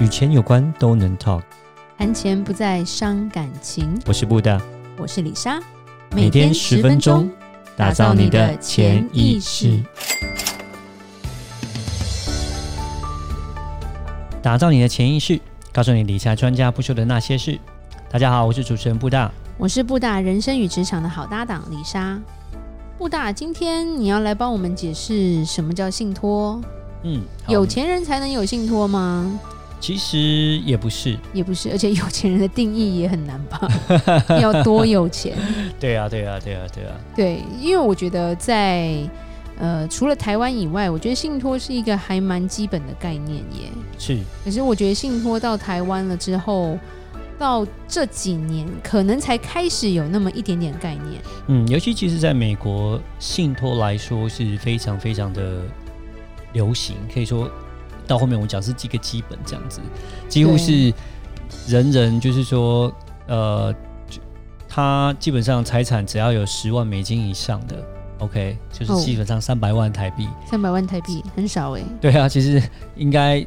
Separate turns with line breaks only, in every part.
与钱有关都能 talk。
谈钱不再伤感情。
我是布大，
我是李莎，
每天十分钟，打造你的潜意识，打造你的潜意识，告诉你理财专家不说的那些事。大家好，我是主持人布大。
我是布大人生与职场的好搭档李莎。布大，今天你要来帮我们解释什么叫信托？
嗯，好
有。钱人才能有信托吗？
其实也不是，
也不是，而且有钱人的定义也很难吧？ 要多有钱？
对啊，对啊，对啊，对啊，
对，因为我觉得在呃，除了台湾以外，我觉得信托是一个还蛮基本的概念耶。
是
可是我觉得信托到台湾了之后，到这几年可能才开始有那么一点点概念。
嗯，尤其其实在美国，信托来说是非常非常的流行，可以说到后面我讲是几个基本这样子，几乎
对
是人人就是说，呃，就他基本上财产只要有十万美金以上的，OK，就是
哦
基本上三百万台币。
三百万台币很少哎、
对啊，其实应该。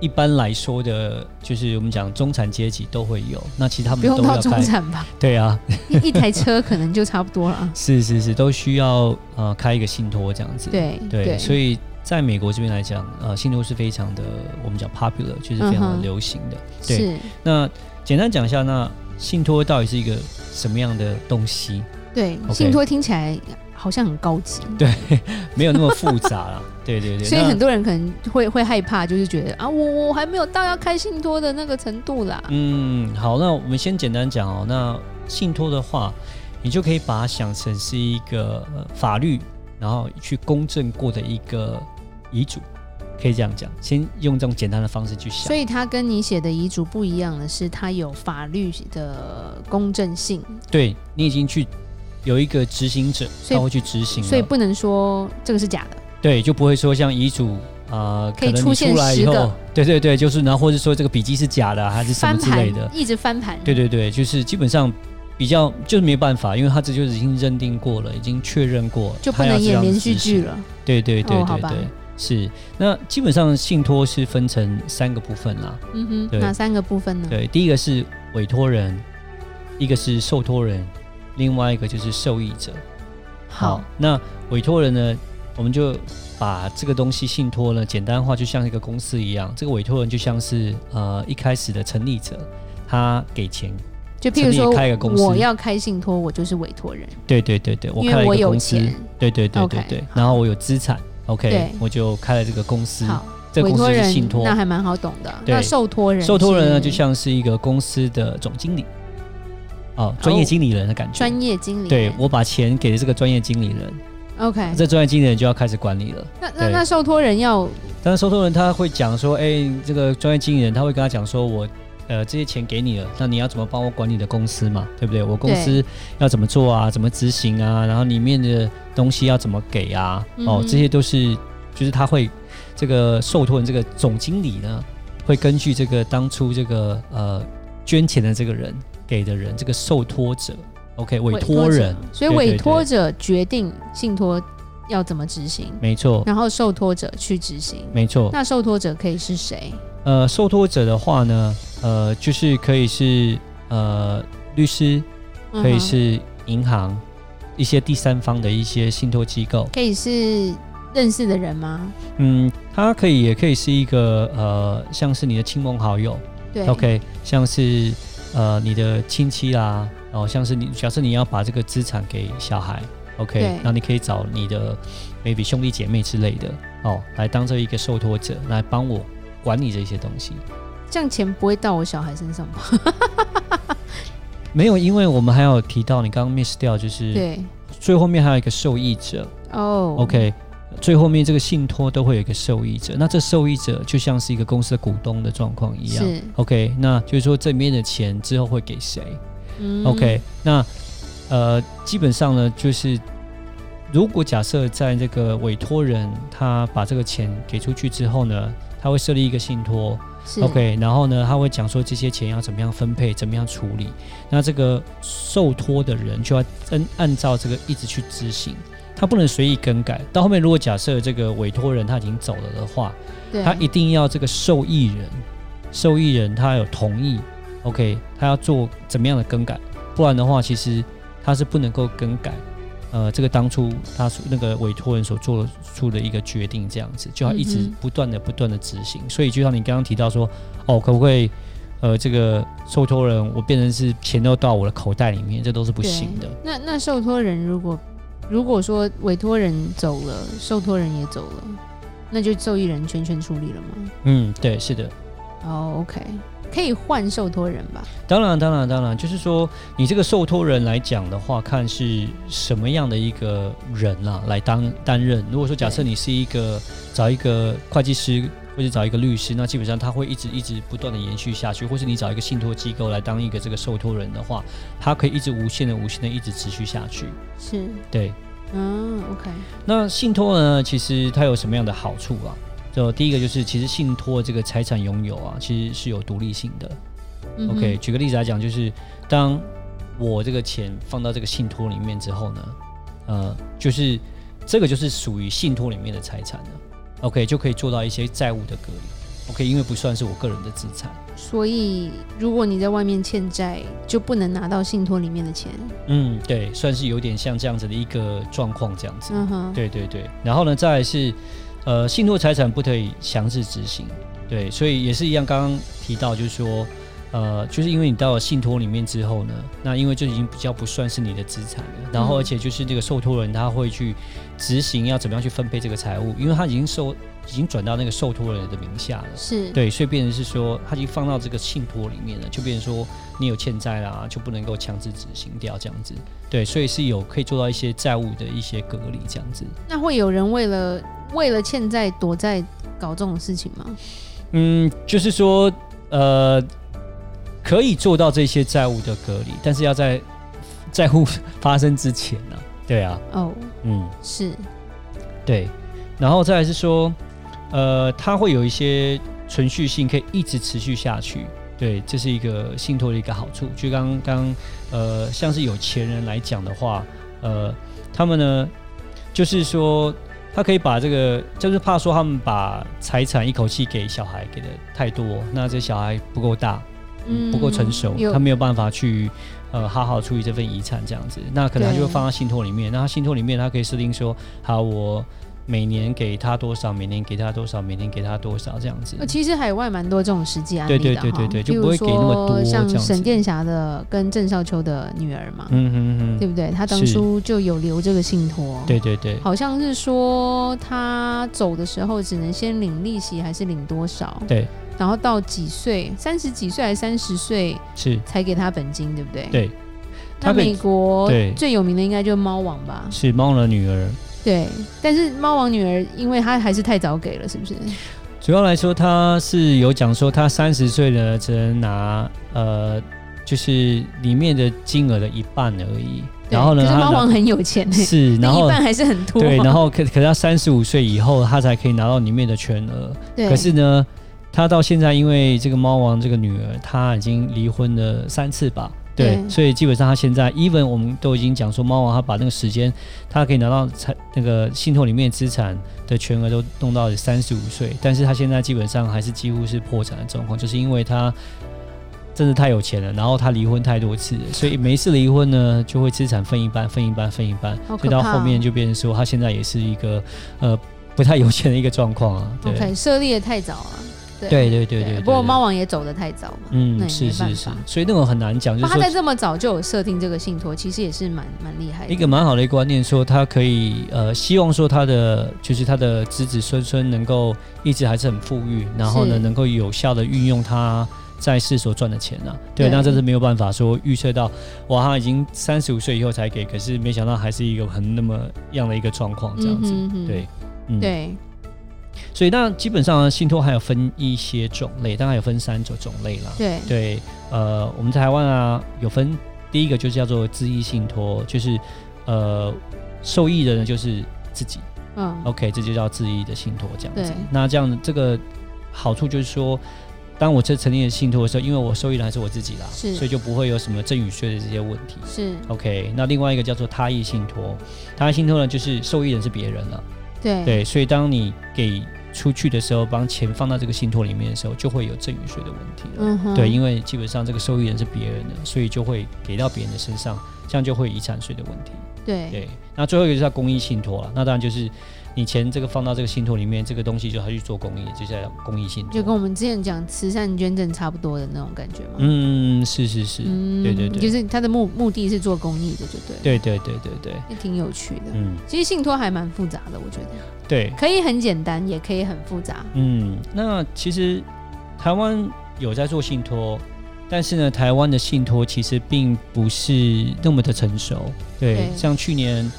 一般来说的，就是我们讲中产阶级都会有，那其实他们
不
都
用
要
到中
开，
产吧，
对啊，
一一台车可能就差不多了 啊。
是是是，都需要呃开一个信托这样子。
对
对，所以在美国这边来讲，呃，信托是非常的，我们讲 popular，就是非常
嗯
的
哼
流行的。对
是，
那简单讲一下，那信托到底是一个什么样的东西？
对
OK
信托听起来好像很高级，
对，没有那么复杂 啦。对对对，
所以
那
很多人可能会会害怕，就是觉得啊，我我还没有到要开信托的那个程度啦。
嗯，好，那我们先简单讲哦。那信托的话，你就可以把它想成是一个呃法律，然后去公证过的一个遗嘱，可以这样讲。先用这种简单的方式去想
所。以它跟你写的遗嘱不一样的是，它有法律的公正性，
对你已经去有一个执行者，
所以
他会去执行了，
所以不能说这个是假的。
对就不会说像遗嘱啊，呃
可以
能
出
你
现
出来以
10个
后，对对对，就是然后或者说这个笔记是假的啊、还是什
翻
么之
盘
类的，
一直翻盘。
对对对，就是基本上比较就是没办法，因为他这就是已经认定过了，已经确认过了，
就不
他要
能
这
演
样
连
执
续剧
行，
了。
对对对
哦好
对
吧
对。是，那基本上信托是分成三个部分啦。
嗯哼，
对
哪三个部分呢？
对，第一个是委托人，一个是受托人，另外一个就是受益者。好，那委托人呢，我们就把这个东西信托呢，简单化，就像一个公司一样，这个委托人就像是呃一开始的成立者，他给钱，
就譬如
成
说
立开个公，司
我要开信托，我就是委托人，
对对对对，我
因
开了
为我
一个
有
公司，
钱。
对对对
OK，
对对
好，
然后我有资产
对
，OK，我就开了这个公司，
好，
这个
委
公
托
司就是
人
信托
那。还蛮好懂的。
对
那受托人，
受托人呢，就像是一个公司的总经理，哦，专业
哦
经理人的感觉。
专业经理人。
对我把钱给了这个专业经理人，
OK，
这专业经理人就要开始管理了。
那那
对
那受托人要
但是收托人他会讲说，哎、这个专业经理人他会跟他讲说，我呃这些钱给你了，那你要怎么帮我管理你的公司嘛，对不对？我公司要怎么做啊，怎么执行啊，然后里面的东西要怎么给啊，哦
嗯，哼
这些都是就是他会这个受托人这个总经理呢，会根据这个当初这个呃捐钱的这个人给的人，这个受托者，OK，委托
者
人，
所
对
以
对
委托
对
者决定信托要怎么执行，
没错，
然后受托者去执行。
没错。
那受托者可以是谁？
呃，受托者的话呢，呃，就是可以是呃律师，
嗯哼
可以是银行，一些第三方的一些信托机构，
可以是认识的人吗？
嗯，它可以也可以是一个呃，像是你的亲朋好友
对
，OK，像是呃你的亲戚啦，然后像是你假设你要把这个资产给小孩
对
，OK，那你可以找你的 maybe 兄弟姐妹之类的哦，来当这一个受托者来帮我管理这些东西。
这样钱不会到我小孩身上吧？
没有，因为我们还有提到你刚刚 miss 掉，就是
对，
最后面还有一个受益者。
哦
OK，最后面这个信托都会有一个受益者，那这受益者就像是一个公司的股东的状况一样。
是
OK，那就是说这里面的钱之后会给谁、
嗯
o k 那呃，基本上呢，就是如果假设在这个委托人他把这个钱给出去之后呢，他会设立一个信托，
是
OK，然后呢，他会讲说这些钱要怎么样分配，怎么样处理。那这个受托的人就要按按照这个一直去执行，他不能随意更改。到后面如果假设这个委托人他已经走了的话，
对
他一定要这个受益人受益人他有同意，OK，他要做怎么样的更改，不然的话，其实他是不能够更改。呃，这个当初他所那个委托人所做出的一个决定，这样子就要一直
嗯哼
不断的、不断的执行。所以就像你刚刚提到说，哦，可不可以，呃，这个受托人我变成是钱都到我的口袋里面，这都是不行的。
那那受托人如果如果说委托人走了，受托人也走了，那就受益人全权处理了吗？
嗯，对，是的。
哦、o k 可以换受托人吧？
当然，当然，当然，就是说，你这个受托人来讲的话，看是什么样的一个人啦、来当担任。如果说假设
对
你是一个找一个会计师或者找一个律师，那基本上他会一直一直不断的延续下去；或是你找一个信托机构来当一个这个受托人的啊话，他可以一直无限的、无限的一直持续下去。
是，
对，
嗯，OK，
那信托呢，其实它有什么样的好处啊？就第一个就是，其实信托这个财产拥有啊，其实是有独立性的。
嗯哼
OK，举个例子来讲，就是当我这个钱放到这个信托里面之后呢，呃，就是这个就是属于信托里面的财产了。OK，就可以做到一些债务的隔离。OK，因为不算是我个人的资产。
所以如果你在外面欠债，就不能拿到信托里面的钱。
嗯，对，算是有点像这样子的一个状况，这样子。
嗯哼，
对对对，然后呢，再来是，呃，信托财产不可以强制执行，对，所以也是一样，刚刚提到就是说，呃，就是因为你到了信托里面之后呢，那因为就已经比较不算是你的资产了，然后
嗯
而且就是这个受托人他会去执行要怎么样去分配这个财务，因为他已经受已经转到那个受托人的名下了。
是，
对，所以变成是说，他已经放到这个信托里面了，就变成说你有欠债啦，就不能够强制执行掉这样子。对，所以是有可以做到一些债务的一些隔离这样子。
那会有人为了为了欠债躲债搞这种事情吗？
嗯，就是说，呃，可以做到这些债务的隔离，但是要在债务发生之前呢、对啊，
哦，
嗯，
是，
对。然后再来是说，呃，它会有一些存续性，可以一直持续下去。对，这是一个信托的一个好处。就刚刚呃，像是有钱人来讲的话，呃，他们呢，就是说他可以把这个，就是怕说他们把财产一口气给小孩给的太多，那这小孩不够大，嗯，不够成熟，
有
他没有办法去呃好好处理这份遗产这样子，那可能他就会
对
放到信托里面。那他信托里面，他可以设定说，好，我每年给他多少，每年给他多少，每年给他多少这样子
呃，。其实海外蛮多这种实际案例
对
的
对对
哈
对对就
譬如
不会给那么多
说像
这样子
沈殿霞的跟郑少秋的女儿嘛，
嗯哼
对
哼，
不对？她当
是
初就有留这个信托，
对对对，
好像是说她走的时候只能先领利息，还是领多少？
对，
然后到几岁，三十几岁还是三十岁
是，
才给她本金，对不对？。
对，
那
他可以
美国
对
最有名的应该就是猫王吧？
是猫的女儿。
对，但是猫王女儿，因为她还是太早给了，是不是？
主要来说，他是有讲说，他三十岁呢，只能拿呃，就是里面的金额的一半而已。然后呢，
对可是
他
猫王
拿
很有钱、 欸，
是，然
那
后
一半还是很多。
对，然后可可是他三十五岁以后，他才可以拿到里面的全额。
对哦
可是呢，他到现在因为这个猫王这个女儿，她已经离婚了三次吧。对，
对
所以基本上他现在，even 我们都已经讲说，猫王他把那个时间，他可以拿到财那个信托里面资产的全额都弄到三十五岁，但是他现在基本上还是几乎是破产的状况，就是因为他真的太有钱了，然后他离婚太多次了，所以每一次离婚呢，就会资产分一半，分一半，分一半，
好可怕哦
所以到后面就变成说，他现在也是一个呃不太有钱的一个状况啊。对
OK，设立的太早了。对
对对对对对。
不过猫王也走的太早嘛。那
嗯
也
是
没办
是是
法，
所以那种很难讲，就
那
是
他
说
在这么早就有设定这个信托，其实也是蛮蛮厉害的。
一个蛮好的一个观念，说他可以呃，希望说他的就是他的子子孙孙能够一直还是很富裕，然后呢
是
能够有效的运用他在世所赚的钱啊。对，
对
那这是没有办法说预测到，哇，他已经三十五岁以后才给，可是没想到还是一个很那么样的一个状况这样子。
嗯哼哼
对，嗯，。
对，
所以那基本上呢信托还有分一些种类，当然有分三种种类啦。
对，
对，呃，我们台湾啊有分，第一个就叫做自益信托，就是呃，受益人呢就是自己
嗯，
，OK，这就叫自益的信托这样子
对。
那这样这个好处就是说，当我这成立了信托的时候，因为我受益人还是我自己啦，
是
所以就不会有什么赠与税的这些问题。
是，
OK，那另外一个叫做他益信托，他益信托呢就是受益人是别人了，
对，
对，所以当你给出去的时候，帮钱放到这个信托里面的时候，就会有赠与税的问题了。
嗯哼，
对，因为基本上这个受益人是别人的，所以就会给到别人的身上，这样就会有遗产税的问题。
对
对，那最后一个就是要公益信托了，那当然就是你钱这个放到这个信托里面，这个东西就它去做公益，就叫公益信托。
就跟我们之前讲慈善捐赠差不多的那种感觉嘛。
嗯，是是是，
嗯
对对对
就是他的目目的是做公益的，就对了，
对对对对对，
也挺有趣的。
嗯，
其实信托还蛮复杂的，我觉得
对，
可以很简单，也可以很复杂。
嗯，那其实台湾有在做信托，但是呢，台湾的信托其实并不是那么的成熟。对，
对
像去年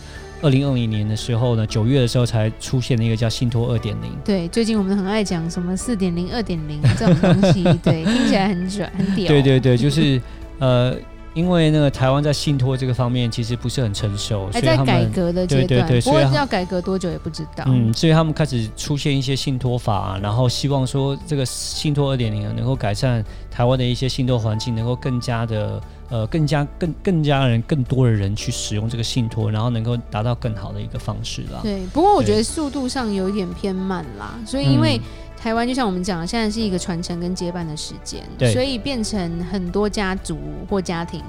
二零二零年的时候呢，九月的时候才出现了一个叫信托二点零。
对，最近我们很爱讲什么四点零、二点零这种东西，对，听起来很拽，很屌。
对对对，就是呃，因为那个台湾在信托这个方面其实不是很成熟，
还
所以
在
他
改
们。
革的阶
对对
段，
对
不
所
过
以他
要改革多久也不知道。
嗯，所以他们开始出现一些信托法、啊然后希望说这个信托二点零能够改善台湾的一些信托环境，能够更加的呃更加更更加人更多的人去使用这个信托，然后能够达到更好的一个方式啦。
对，不过我觉
对
得速度上有一点偏慢啦，所以
嗯，
因为台湾就像我们讲的，现在是一个传承跟接班的时间，
对
所以变成很多家族或家庭，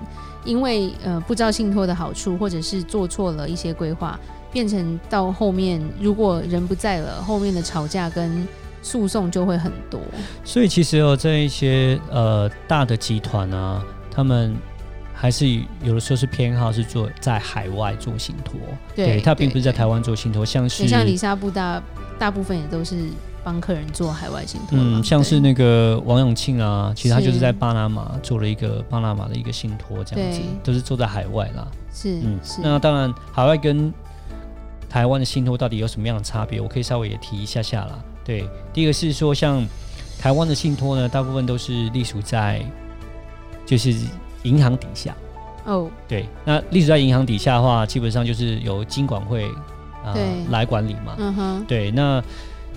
因为呃不知道信托的好处，或者是做错了一些规划，变成到后面如果人不在了，后面的吵架跟诉讼就会很多。
所以其实哦，在一些呃大的集团啊，他们还是有的时候是偏好是做在海外做信托，
对
他并不是在
对
台湾做信托，像是
对像李莎布大大部分也都是帮客人做海外信托嘛，
嗯，像
对
是那个王永庆啊，其实他就是
是
在巴拿马做了一个巴拿马的一个信托，这样子
对
都是做在海外啦。
是
嗯，
是
那当然，海外跟台湾的信托到底有什么样的差别？我可以稍微也提一下下啦。对，第一个是说，像台湾的信托呢，大部分都是隶属在就是银行底下。
哦，
对，那隶属在银行底下的话，基本上就是由金管会啊、
对
来管理嘛。
嗯哼，
对，那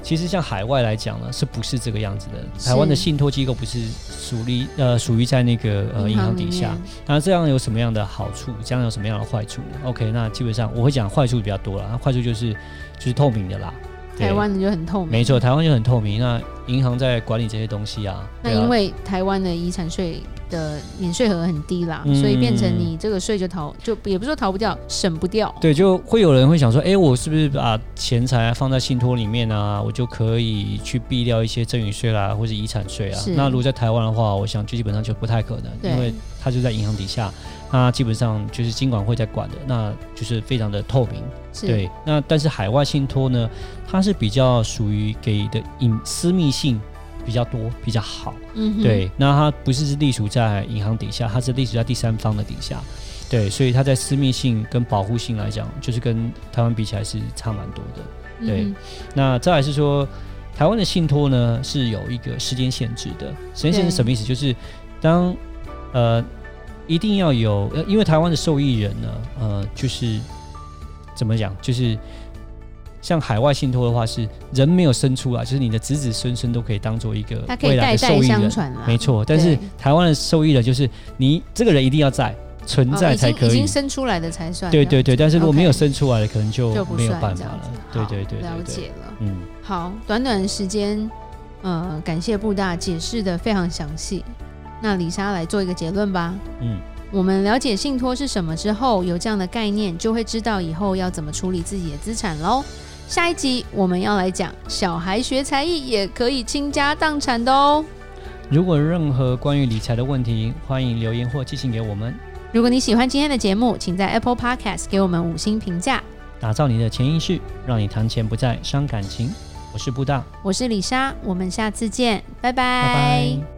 其实像海外来讲呢，是不是这个样子的？
是
台湾的信托机构不是属于呃属于在那个呃银行
里
底下
面，，
那这样有什么样的好处？这样有什么样的坏处呢？OK，那基本上我会讲坏处比较多了，那坏处就是就是透明的啦。对
台湾的就很透明，
没错，台湾就很透明，那银行在管理这些东西啊。
那
对啊
因为台湾的遗产税的免税额很低啦，
嗯
所以变成你这个税就逃，就也不是说逃不掉，省不掉。
对，就会有人会想说，哎，我是不是把钱财放在信托里面啊，我就可以去避掉一些赠与税啦，或是遗产税啊
是？
那如果在台湾的话，我想就基本上就不太可能，因为
对
它就在银行底下，那基本上就是金管会在管的，那就是非常的透明。
是，
对，那但是海外信托呢，它是比较属于给的隐私密性比较多，比较好。
嗯哼，
对，那它不是是隶属在银行底下，它是隶属在第三方的底下。对，所以它在私密性跟保护性来讲，就是跟台湾比起来是差蛮多的。
嗯哼
对，那再来是说，台湾的信托呢是有一个时间限制的。时间限制是什么意思？就是当呃一定要有，呃因为台湾的受益人呢，呃，就是怎么讲，就是像海外信托的话，是人没有生出来，就是你的子子孙孙都可以当做一个
它可
未
以
来
代
的
代
受益
相
人。
传啦，哦
没错，但是
对
台湾的受益人就是你这个人一定要在存
哦，
在才可
已经已
以
经。生出来的才算。
对对对，但是如果没有生出来的，可能
OK，
就
就不
没有
算
办
这
法
样子
了。对对对对
好了
对，
解了。
嗯，
好，短短的时间，呃，感谢布大解释的非常详细。那李莎来做一个结论吧。
嗯，
我们了解信托是什么之后，有这样的概念，就会知道以后要怎么处理自己的资产喽。下一集我们要来讲，小孩学才艺也可以倾家荡产的哦。
如果任何关于理财的问题，欢迎留言或寄信给我们。
如果你喜欢今天的节目，请在 Apple Podcast 给我们五星评价。
打造你的潜意识，让你谈钱不再伤感情。我是布大，
我是李莎，我们下次见，拜
拜拜。